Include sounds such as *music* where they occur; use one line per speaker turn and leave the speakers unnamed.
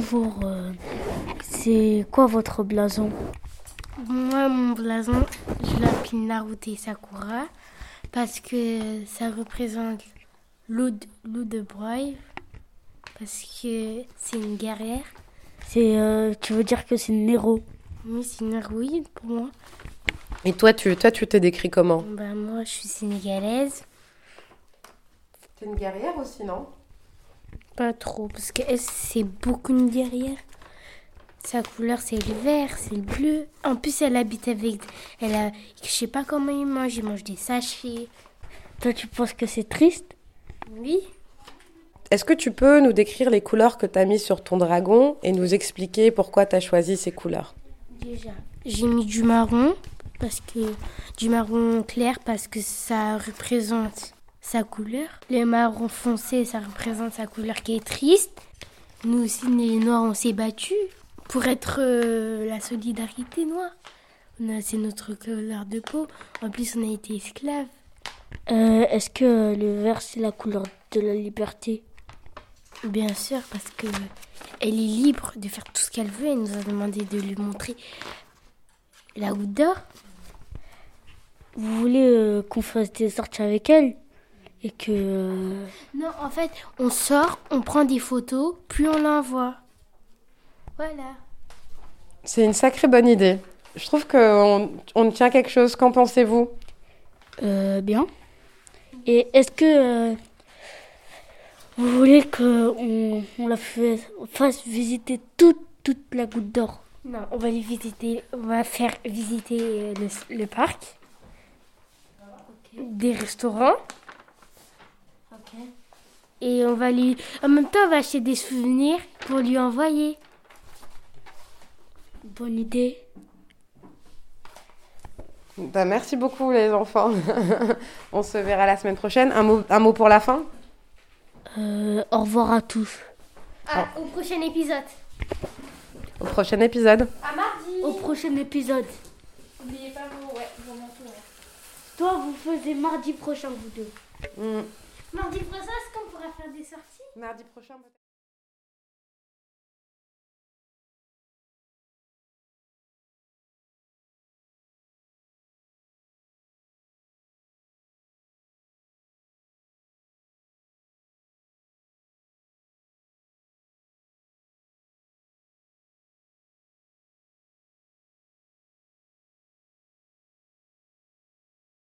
Bonjour, euh, c'est quoi votre blason
Moi, mon blason, je l'appelle Naruto Sakura parce que ça représente loup de, loup de broye, parce que c'est une guerrière.
C'est, euh, Tu veux dire que c'est Nero
Oui, c'est une héroïne pour moi.
Et toi, tu toi, tu te décris comment
Bah, moi, je suis sénégalaise.
T'es une guerrière aussi, non
Pas trop, parce que elle, c'est beaucoup une guerrière. Sa couleur, c'est le vert, c'est le bleu. En plus, elle habite avec. Elle a... Je sais pas comment il mange, il mange des sachets.
Toi, tu penses que c'est triste
Oui,
Est-ce que tu peux nous décrire les couleurs que t'as mises sur ton dragon et nous expliquer pourquoi t'as choisi ces couleurs
Déjà, j'ai mis du marron parce que du marron clair parce que ça représente sa couleur. Le marron foncé, ça représente sa couleur qui est triste. Nous aussi, les noirs, on s'est battus pour être euh, la solidarité noire. On a- C'est notre couleur de peau. En plus, on a été esclaves.
Euh, Est-ce que euh, le vert c'est la couleur de la liberté
Bien sûr, parce que elle est libre de faire tout ce qu'elle veut. Elle nous a demandé de lui montrer la goutte d'or.
Vous voulez euh, qu'on fasse des sorties avec elle Et que. euh,
Non, en fait, on sort, on prend des photos, puis on l'envoie. Voilà.
C'est une sacrée bonne idée. Je trouve qu'on on tient quelque chose. Qu'en pensez-vous
euh, bien. Et est-ce que. euh, vous voulez qu'on on la fasse, fasse visiter toute, toute la goutte d'or
Non, on va les visiter, on va faire visiter euh, le, le parc, des restaurants. Et on va lui, en même temps, on va acheter des souvenirs pour lui envoyer.
Bonne idée.
Ben, Merci beaucoup, les enfants. *laughs* on se verra la semaine prochaine. Un mot, un mot pour la fin
Euh, au revoir à tous.
Ah. au prochain épisode.
Au prochain épisode.
Au prochain épisode.
N'oubliez pas vos, ouais, vos manteaux. ouais.
Toi, vous faisiez mardi prochain, vous deux.
Mm.
Mardi prochain, est-ce qu'on pourra faire des sorties
Mardi prochain, peut-être.